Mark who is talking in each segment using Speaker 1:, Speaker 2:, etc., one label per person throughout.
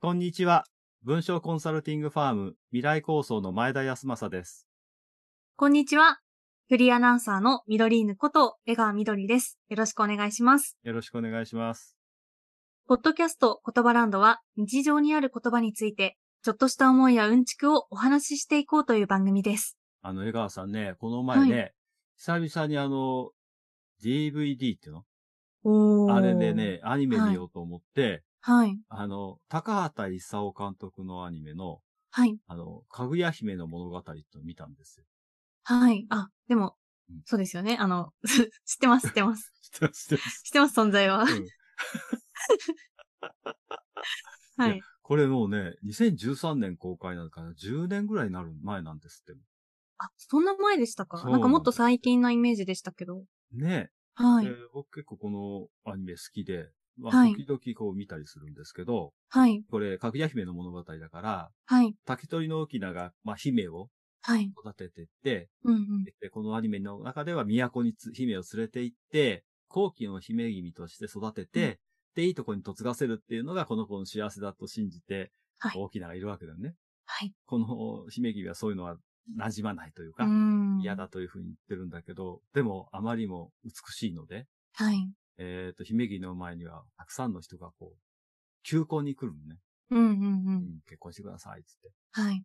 Speaker 1: こんにちは。文章コンサルティングファーム未来構想の前田康政です。
Speaker 2: こんにちは。フリーアナウンサーのミドリーヌこと江川みどりです。よろしくお願いします。
Speaker 1: よろしくお願いします。
Speaker 2: ポッドキャスト言葉ランドは日常にある言葉について、ちょっとした思いやうんちくをお話ししていこうという番組です。
Speaker 1: あの、江川さんね、この前ね、久々にあの、DVD っていうの
Speaker 2: お
Speaker 1: あれで。ね、アニメ見ようと思って、
Speaker 2: はい。
Speaker 1: あの、高畑勲監督のアニメの、
Speaker 2: はい。
Speaker 1: あの、かぐや姫の物語っていうのを見たんですよ。
Speaker 2: はい。あ、でも
Speaker 1: うん、
Speaker 2: そうですよね。あの、 知ってます、知ってます。
Speaker 1: 知ってます知ってます
Speaker 2: 知ってます、存在は。
Speaker 1: うん
Speaker 2: はいい。
Speaker 1: これもうね、2013年公開なのから10年ぐらいになる前なんですって。
Speaker 2: あ、そんな前でしたか
Speaker 1: そう
Speaker 2: なんかも
Speaker 1: な
Speaker 2: っ
Speaker 1: ん
Speaker 2: と
Speaker 1: です
Speaker 2: 最近なイメージでしたけど。
Speaker 1: ね
Speaker 2: は
Speaker 1: え
Speaker 2: い。
Speaker 1: ー僕結構このアニメ好きで、まあ、
Speaker 2: はい
Speaker 1: 時々こう見たりするんですけど、
Speaker 2: はい。
Speaker 1: これ、かぐや姫の物語だから、
Speaker 2: はい。
Speaker 1: 竹取の翁が、まあ、姫を
Speaker 2: はい。
Speaker 1: 育ててって、
Speaker 2: うんうん。
Speaker 1: でこのアニメの中では都につ姫を連れて行って、後期の姫君として育てて、で、いいとこに嫁がせるっていうのがこの子の幸せだと信じて、
Speaker 2: はい
Speaker 1: 大きながいるわけだよね。
Speaker 2: はい。
Speaker 1: この姫君はそういうのは馴染まないという
Speaker 2: う
Speaker 1: か、
Speaker 2: ん。
Speaker 1: 嫌だというふうに言ってるんだけど、でもあまりも美しいので、
Speaker 2: はい。
Speaker 1: えっ、と、姫君の前にはたくさんの人がこう、求婚に来るのね。
Speaker 2: うんうんう。
Speaker 1: うんん結婚してください、つって。
Speaker 2: はい。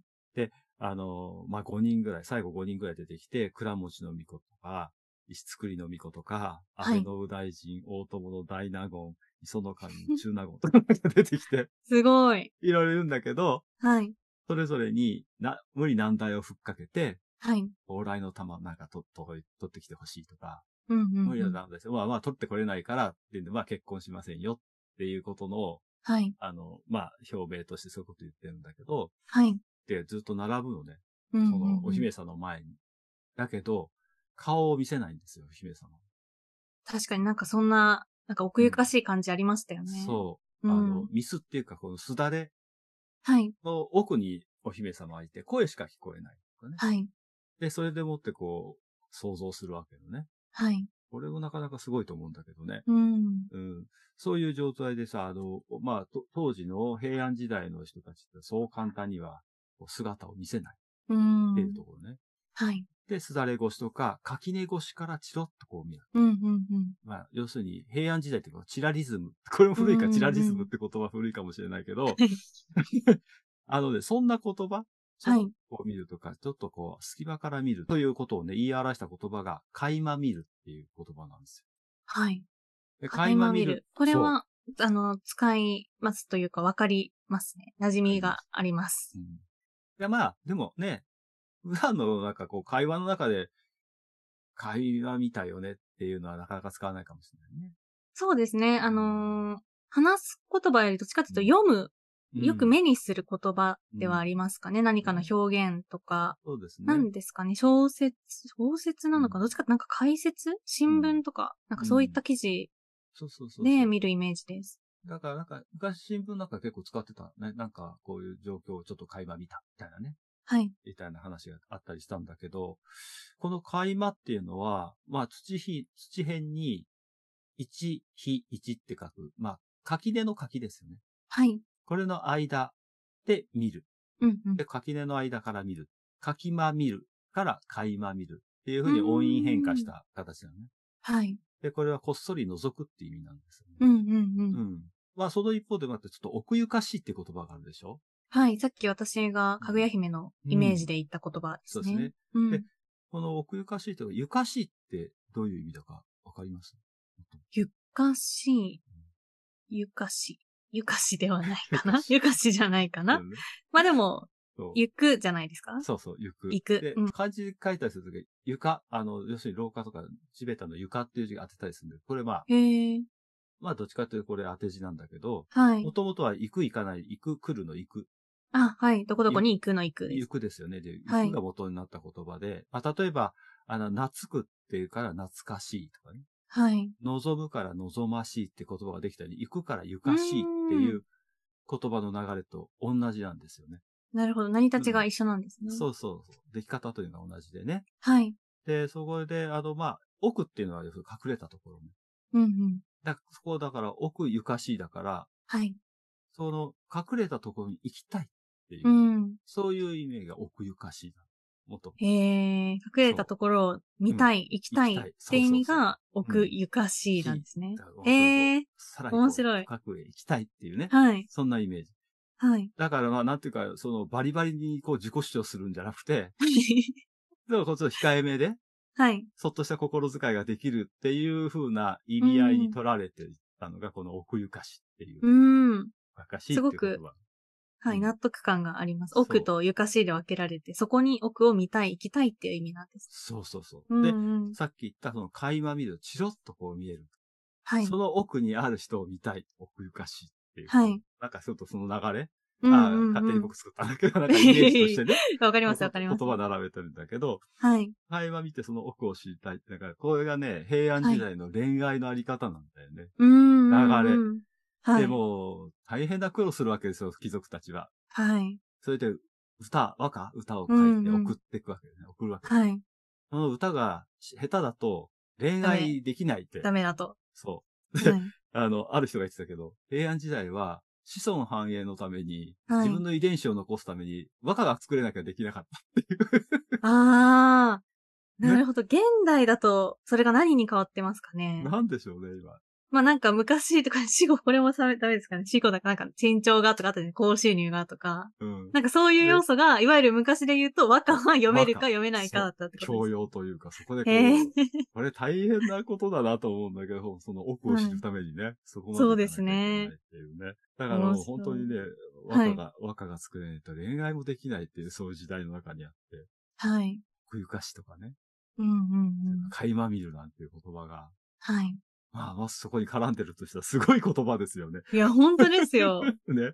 Speaker 1: あの、まあ、5人ぐらい、最後5人ぐらい出てきて、倉持の巫女とか、石造りの巫女とか、安
Speaker 2: はい
Speaker 1: 倍の右大臣、大友の大納言、磯の神、 中納言とかなんか出てきて、
Speaker 2: すごい。
Speaker 1: いろいろいるんだけど、
Speaker 2: はい。
Speaker 1: それぞれにな、無理難題をふっかけて、
Speaker 2: はい。
Speaker 1: 往来の玉なんか取っと取ってきてほしいとか、
Speaker 2: うんうん、
Speaker 1: 無理
Speaker 2: う。
Speaker 1: なん難題ですよ。まあまあ取ってこれないからっていうんで、まあ結婚しませんよっていうことの、
Speaker 2: はい。
Speaker 1: あの、まあ表明としてそういうこと言ってるんだけど、
Speaker 2: はい。
Speaker 1: で、ずっと並ぶのね。
Speaker 2: うんうん
Speaker 1: その
Speaker 2: うん
Speaker 1: お姫様の前に。だけど、顔を見せないんですよ、お姫様。
Speaker 2: 確かになんかそんな、なんか奥ゆかしい感じありましたよね。
Speaker 1: そう。
Speaker 2: う
Speaker 1: あ
Speaker 2: ん。
Speaker 1: の、ミスっていうか、このすだれ
Speaker 2: はい。
Speaker 1: の奥にお姫様はいて、声しか聞こえないとかね。
Speaker 2: はい。
Speaker 1: で、それでもってこう、想像するわけよね。
Speaker 2: はい。
Speaker 1: これもなかなかすごいと思うんだけどね。
Speaker 2: うん。
Speaker 1: うん。そういう状態でさ、あの、まあ、と当時の平安時代の人たちってそう簡単にはこう姿を見せない
Speaker 2: うん
Speaker 1: って。いうところね。
Speaker 2: はい。で
Speaker 1: で、すだれ越しとか、垣根越しからチロッとこう見る。
Speaker 2: うんうんうん。
Speaker 1: まあ、要するに平安時代っていうか、チラリズム。 これも古いか
Speaker 2: うんう
Speaker 1: ら、
Speaker 2: ん
Speaker 1: チラリズムって言葉古いかもしれないけど、 あのね、そんな言葉、ちょ
Speaker 2: は
Speaker 1: っ
Speaker 2: い
Speaker 1: と。こう見るとか、ちょっとこう、隙間から見るということをね、言い表した言葉が、垣間見るっていう言葉なんです
Speaker 2: はい。
Speaker 1: よ。で
Speaker 2: 垣間見る。これ、
Speaker 1: 垣間
Speaker 2: は、あの、使いますというか、わかりますね。馴染みがあります
Speaker 1: そう。うんいや、まあ、でもね、普段のなんかこう、会話の中で、会話みたいよねっていうのはなかなか使わないかもしれないね。
Speaker 2: そうですね。あのー話す言葉よりどっちかというと読む、
Speaker 1: うん
Speaker 2: よく目にする言葉ではありますかね。何かの表現とか、
Speaker 1: そうですね。
Speaker 2: なんですかね、小説、小説なのか、
Speaker 1: うん
Speaker 2: どっちかってなんか解説新聞とか、なんかそういった記事
Speaker 1: そうそうそうそう。
Speaker 2: で見るイメージです。
Speaker 1: だからなんか、昔新聞なんか結構使ってたね。なんか、こういう状況をちょっと垣間見た、みたいなね。
Speaker 2: はい。
Speaker 1: みたいな話があったりしたんだけど、この垣間っていうのは、まあ、土ひ、土辺に、一、ひ、一って書く。まあ、垣根の垣ですよね。
Speaker 2: はい。
Speaker 1: これの間で見る。
Speaker 2: うんうん
Speaker 1: で、。垣根の間から見る。垣間見るから垣間見る。っていうふうに音韻変化した形だよね。
Speaker 2: はい。
Speaker 1: で、これはこっそり覗くっていう意味なんですよね。
Speaker 2: うんうんうん。
Speaker 1: うん。まあ、その一方でまたちょっと奥ゆかしいって言葉があるでしょ
Speaker 2: はい。さっき私が、かぐや姫のイメージで言った言葉で
Speaker 1: そ
Speaker 2: す
Speaker 1: う
Speaker 2: ね。
Speaker 1: ですね。
Speaker 2: うん
Speaker 1: でこの奥ゆかしいというか、ゆかしいってどういう意味だかわかります。
Speaker 2: ゆかしい。ゆかし。ゆかしではないかな ゆかしじゃないかな。
Speaker 1: うん
Speaker 2: まあでも、
Speaker 1: そう
Speaker 2: ゆくじゃないですか
Speaker 1: そうそう、ゆく。
Speaker 2: 行く
Speaker 1: で
Speaker 2: うん、
Speaker 1: 漢字書いたりするとき、床、あの、要するに廊下とか、地べたの床っていう字が当てたりするんで、これまあ、
Speaker 2: へえ。
Speaker 1: まあどっちかというとこれ当て字なんだけど、
Speaker 2: はい
Speaker 1: も。ともとは行く行かない、行く来るの行く、
Speaker 2: あ、はい。どこどこに行くの行くで
Speaker 1: 行
Speaker 2: す。
Speaker 1: くですよね。で、
Speaker 2: はい
Speaker 1: 行くが元になった言葉で、まあ例えば、あの、懐くっていうから懐かしいとかね。
Speaker 2: はい。
Speaker 1: 望むから望ましいって言葉ができたり、行くからゆかしいっていう言葉の流れと同じなんですよね。
Speaker 2: なるほど。何たちが一緒なんですね。
Speaker 1: そうそうそう。出来方というのが同じでね。
Speaker 2: はい。
Speaker 1: で、そこで、あの、まあ、奥っていうのは要するに隠れたところね。
Speaker 2: うんうん。
Speaker 1: だそこだから奥ゆかしいだから、
Speaker 2: はい。
Speaker 1: その、隠れたところに行きたいっていう、
Speaker 2: うん。
Speaker 1: そういう意味が奥ゆかしいな。もと。
Speaker 2: へえ、隠れたところを見たい、行きたい
Speaker 1: 行きたい
Speaker 2: って意味
Speaker 1: そうそうそう
Speaker 2: が奥ゆかしいなんですね
Speaker 1: だ。から
Speaker 2: へえ、
Speaker 1: さらにこう
Speaker 2: 面白い
Speaker 1: 深くへ行きたいっていうね。
Speaker 2: はい、
Speaker 1: そんなイメージ。
Speaker 2: はい。
Speaker 1: だからまあ、なんていうか、その、バリバリにこう自己主張するんじゃなくて、でもこうちょっと控えめで、
Speaker 2: はい。
Speaker 1: そっとした心遣いができるっていう風な意味合いに取られていたのが、この奥ゆかしっていう
Speaker 2: う。ん。
Speaker 1: おかしいっていう言
Speaker 2: す
Speaker 1: 葉。
Speaker 2: は
Speaker 1: う
Speaker 2: い、
Speaker 1: ん
Speaker 2: 納得感があります。
Speaker 1: そう
Speaker 2: 奥とゆかしいで分けられて、そこに奥を見たい、行きたいっていう意味なんです。
Speaker 1: そうそうそうう。で、
Speaker 2: んうん。
Speaker 1: さっき言ったその垣間見る、チロッとこう見える。
Speaker 2: はい
Speaker 1: そ。の奥にある人を見たい、奥ゆかしいっていう。
Speaker 2: はい。
Speaker 1: なんかちょっとその流れ、
Speaker 2: うん
Speaker 1: あ
Speaker 2: うんうん
Speaker 1: 勝手に僕作ったんだけど、なんかイメージと してね。
Speaker 2: わかります、わかります。
Speaker 1: 言葉並べてるんだけど、
Speaker 2: はい。
Speaker 1: 垣間見てその奥を知りたい。だからこれがね、平安時代の恋愛のあり方なんだよね。
Speaker 2: うんうん
Speaker 1: 流れ
Speaker 2: うん。はい。
Speaker 1: で、も、大変な苦労するわけですよ、貴族たちは。
Speaker 2: はい。
Speaker 1: それで、歌、和歌、歌を書いて
Speaker 2: うんうん
Speaker 1: 送っていくわけですね。送るわけ。
Speaker 2: はい。
Speaker 1: その歌が下手だと恋愛できないって。
Speaker 2: ダメ だと。
Speaker 1: そ
Speaker 2: はい。
Speaker 1: う。あの、ある人が言ってたけど、平安時代は子孫繁栄のために、
Speaker 2: はい
Speaker 1: 自分の遺伝子を残すために和歌が作れなきゃできなかったっていう。
Speaker 2: ああ。
Speaker 1: ね
Speaker 2: なるほど。現代だと、それが何に変わってますかね。
Speaker 1: なんでしょうね、今。
Speaker 2: まあなんか昔とか、死後、これもさダメですかね。死後だからなんか、身長がとか、あとね、高収入がとか。
Speaker 1: うん。
Speaker 2: なんかそういう要素が、いわゆる昔で言うと、和歌は読める
Speaker 1: 和
Speaker 2: か
Speaker 1: 歌
Speaker 2: 読めないかだったってこと
Speaker 1: 教
Speaker 2: です。
Speaker 1: 養というか、そこでこう、
Speaker 2: へえ、
Speaker 1: あれ大変なことだなと思うんだけど、 その奥を知るためにね、そこまで
Speaker 2: そうですね
Speaker 1: 行かなきゃいけないっていうね。だからもう本当にね、和
Speaker 2: 白い
Speaker 1: 歌が、和歌が作れないと恋愛もできないっていう、そういう時代の中にあって、
Speaker 2: はい。
Speaker 1: 奥ゆかしとかね、
Speaker 2: うんうんうん。
Speaker 1: 垣間見るなんていう言葉が、
Speaker 2: はい。
Speaker 1: まあ、もしそこに絡んでるとしたらすごい言葉ですよね。
Speaker 2: いや、本当ですよ。い
Speaker 1: ね。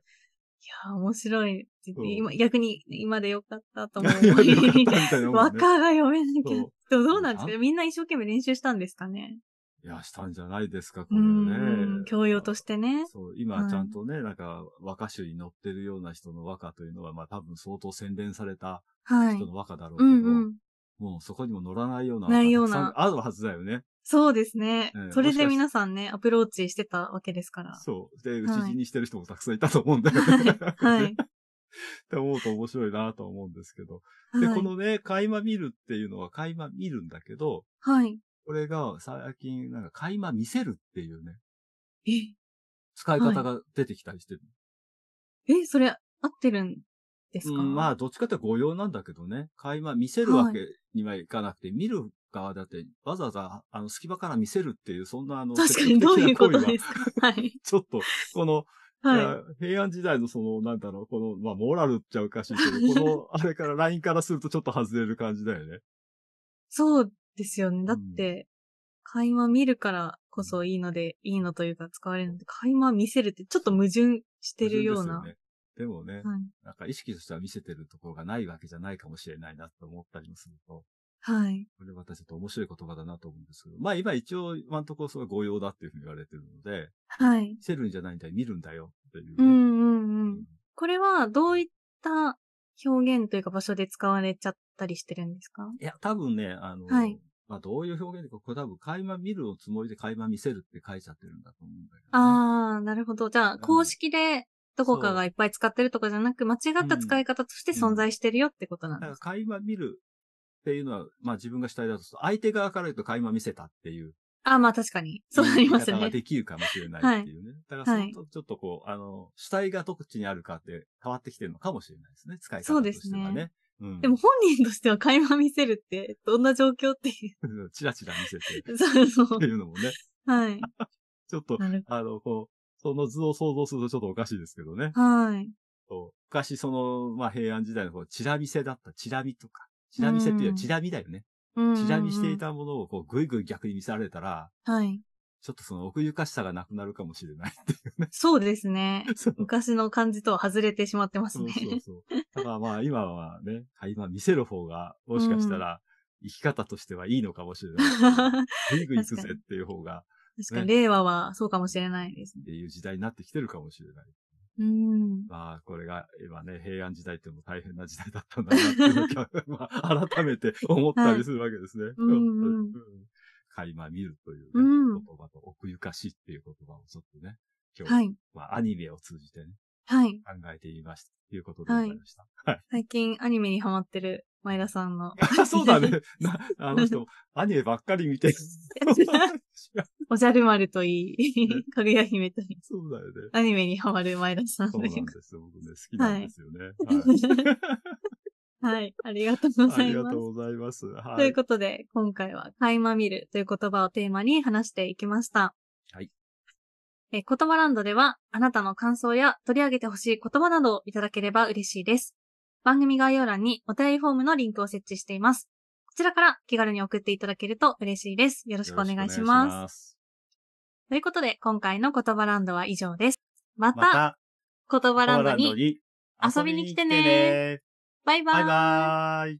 Speaker 2: や、面白い。
Speaker 1: う
Speaker 2: 今逆に、今でよかったと思う。
Speaker 1: 今でよかったみ たいなもんね
Speaker 2: 和歌が読めなきゃ。
Speaker 1: そ
Speaker 2: で
Speaker 1: う
Speaker 2: もどうなんです
Speaker 1: な
Speaker 2: かみんな一生懸命練習したんですかね
Speaker 1: いや、したんじゃないですか、こ
Speaker 2: う
Speaker 1: れは
Speaker 2: ん
Speaker 1: ね。。
Speaker 2: 教養としてね。
Speaker 1: そう、今ちゃんとね、なんか、和歌集に載ってるような人の和歌というのは、まあ多分相当洗練された
Speaker 2: はい
Speaker 1: 人。の和歌だろうけ
Speaker 2: う
Speaker 1: ど、
Speaker 2: んうん。
Speaker 1: もうそこにも乗らないような。
Speaker 2: ないような。
Speaker 1: あるはずだよね。
Speaker 2: そうですね。
Speaker 1: ええ
Speaker 2: それで皆さんね、アプローチしてたわけですから。
Speaker 1: そう。で、打
Speaker 2: はい
Speaker 1: ち死にしてる人もたくさんいたと思うんだよ
Speaker 2: は
Speaker 1: ね。
Speaker 2: い はい
Speaker 1: ねって思うと面白いなと思うんですけど。で、
Speaker 2: は
Speaker 1: こ
Speaker 2: い。
Speaker 1: のね、垣間見るっていうのは垣間見るんだけど、
Speaker 2: はい。
Speaker 1: これが最近、なんか垣間見せるっていうね、
Speaker 2: え、
Speaker 1: 使い方が出てきたりしてる。
Speaker 2: え、それ合ってるんですか
Speaker 1: うんまあ、どっちかって誤用なんだけどね、垣間見せるわけにはいかなくて、見る側だって、わざわざ、あの、隙間から見せるっていう、そんな、あの、
Speaker 2: 確かにどういうこと
Speaker 1: 積極的な行為は
Speaker 2: ですかはい。
Speaker 1: ちょっと、この、
Speaker 2: はい。
Speaker 1: あ平安時代のその、なんだろう、この、まあ、モラルっちゃおかしいけど、この、 あれから、ラインからするとちょっと外れる感じだよね。
Speaker 2: そうですよね。だって、会話見るからこそいいので、いいのというか使われるので、会話見せるってちょっと矛盾してるよう
Speaker 1: 矛
Speaker 2: な。
Speaker 1: 盾ですよね。でもね、
Speaker 2: はい。
Speaker 1: なんか意識としては見せてるところがないわけじゃないかもしれないなと思ったりもすると、
Speaker 2: はい。
Speaker 1: これまたちょっと面白い言葉だなと思うんですけど、まあ今一応今のところそれは誤用だっていうふうに言われてるので、
Speaker 2: はい。
Speaker 1: 見せるんじゃないんだよ、見るんだよっていう
Speaker 2: う
Speaker 1: ね、
Speaker 2: んうんうん。これはどういった表現というか場所で使われちゃったりしてるんですか
Speaker 1: いや、多分ね、あの、
Speaker 2: はい
Speaker 1: まあどういう表現でか、これ多分垣間見るをつもりで垣間見せるって書いちゃってるんだと思うんだけど、ね。
Speaker 2: あー、なるほど。じゃ
Speaker 1: う
Speaker 2: あ、
Speaker 1: ん
Speaker 2: 公式でどこかがいっぱい使ってるとかじゃなく、間違った使い方として存在してるよってことな
Speaker 1: だ
Speaker 2: ん
Speaker 1: か
Speaker 2: で
Speaker 1: ら
Speaker 2: す。
Speaker 1: 会話見るっていうのは、まあ自分が主体だとすると、相手側から言うと会話見せたっていう。
Speaker 2: あー、まあ確かに。そうなります
Speaker 1: 言い方が
Speaker 2: ね。
Speaker 1: できるかもしれないっていうね。だからそ
Speaker 2: は
Speaker 1: れ
Speaker 2: い
Speaker 1: とちょっとこう、あの、主体がどっちにあるかって変わってきてるのかもしれないですね。使い方
Speaker 2: そう
Speaker 1: と
Speaker 2: で
Speaker 1: し
Speaker 2: す
Speaker 1: て
Speaker 2: ね
Speaker 1: はね。うん。
Speaker 2: でも、本人としては会話見せるって、どんな状況ってい
Speaker 1: チラチラ見せて
Speaker 2: う。 そうそ
Speaker 1: っていうのもね、
Speaker 2: う。はい。
Speaker 1: ちょっと、
Speaker 2: なる
Speaker 1: あの、こう、その図を想像するとちょっとおかしいですけどね。
Speaker 2: はい。
Speaker 1: そう昔その、まあ平安時代のこう、チラ見せだった、チラ見とか。チラ見せっていうの
Speaker 2: う
Speaker 1: は
Speaker 2: ん
Speaker 1: チラ見だよね。
Speaker 2: うんうんうん
Speaker 1: チラ見してい。たものをこう、ぐいぐい逆に見せられたら、
Speaker 2: はい。。
Speaker 1: ちょっとその奥ゆかしさがなくなるかもしれないっていうね
Speaker 2: そうですね。
Speaker 1: そう
Speaker 2: 昔の感じとは外れてしまってます
Speaker 1: そう
Speaker 2: ね。
Speaker 1: そうそう。だからまあ今はね、今見せる方が、もしかしたら生き方としてはいいのかもしれ ない。
Speaker 2: 確
Speaker 1: ぐいぐい行くぜっていう方が、
Speaker 2: かに、令和はそうかもしれないですね。
Speaker 1: っていう時代になってきてるかもしれない。
Speaker 2: うん。
Speaker 1: まあこれが今ね、平安時代っても大変な時代だったんだなっていうのが、まあ改めて思ったりするわけですね。
Speaker 2: うんうん
Speaker 1: ん垣間見るというね、
Speaker 2: うん
Speaker 1: 言葉と奥ゆかしいっていう言葉をちょっとね、今日、
Speaker 2: はい。
Speaker 1: まあアニメを通じてね、
Speaker 2: はい。
Speaker 1: 考えてみました。ということでございました。。
Speaker 2: 最近アニメにハマってる前田さんの
Speaker 1: そう だね。なあの人、アニメばっかり見てる。
Speaker 2: おじゃる丸といい、かぐや姫といい、
Speaker 1: そうだよね。
Speaker 2: アニメにハマる前田さん
Speaker 1: そう
Speaker 2: と
Speaker 1: ないん
Speaker 2: う
Speaker 1: ですよ。僕ね、好きなんですよね。はい
Speaker 2: かはい。 ありがとうご
Speaker 1: あ
Speaker 2: ざい
Speaker 1: りが
Speaker 2: ます
Speaker 1: と。うございます。は
Speaker 2: ということで、今回は、垣間見るという言葉をテーマに話していきました。
Speaker 1: はい。
Speaker 2: えー、言葉ランドでは、あなたの感想や取り上げてほしい言葉などをいただければ嬉しいです。番組概要欄にお便りフォームのリンクを設置しています。こちらから気軽に送っていただけると嬉しいです。よろしくお願いします。
Speaker 1: す。
Speaker 2: ということで、今回の言葉ランドは以上です。ま
Speaker 1: ま
Speaker 2: た、
Speaker 1: た、
Speaker 2: 言葉ランドに、
Speaker 1: に
Speaker 2: 遊びに来てね
Speaker 1: 遊びに来てね
Speaker 2: バイバ
Speaker 1: バ
Speaker 2: ー
Speaker 1: イ
Speaker 2: イ。
Speaker 1: バーイ。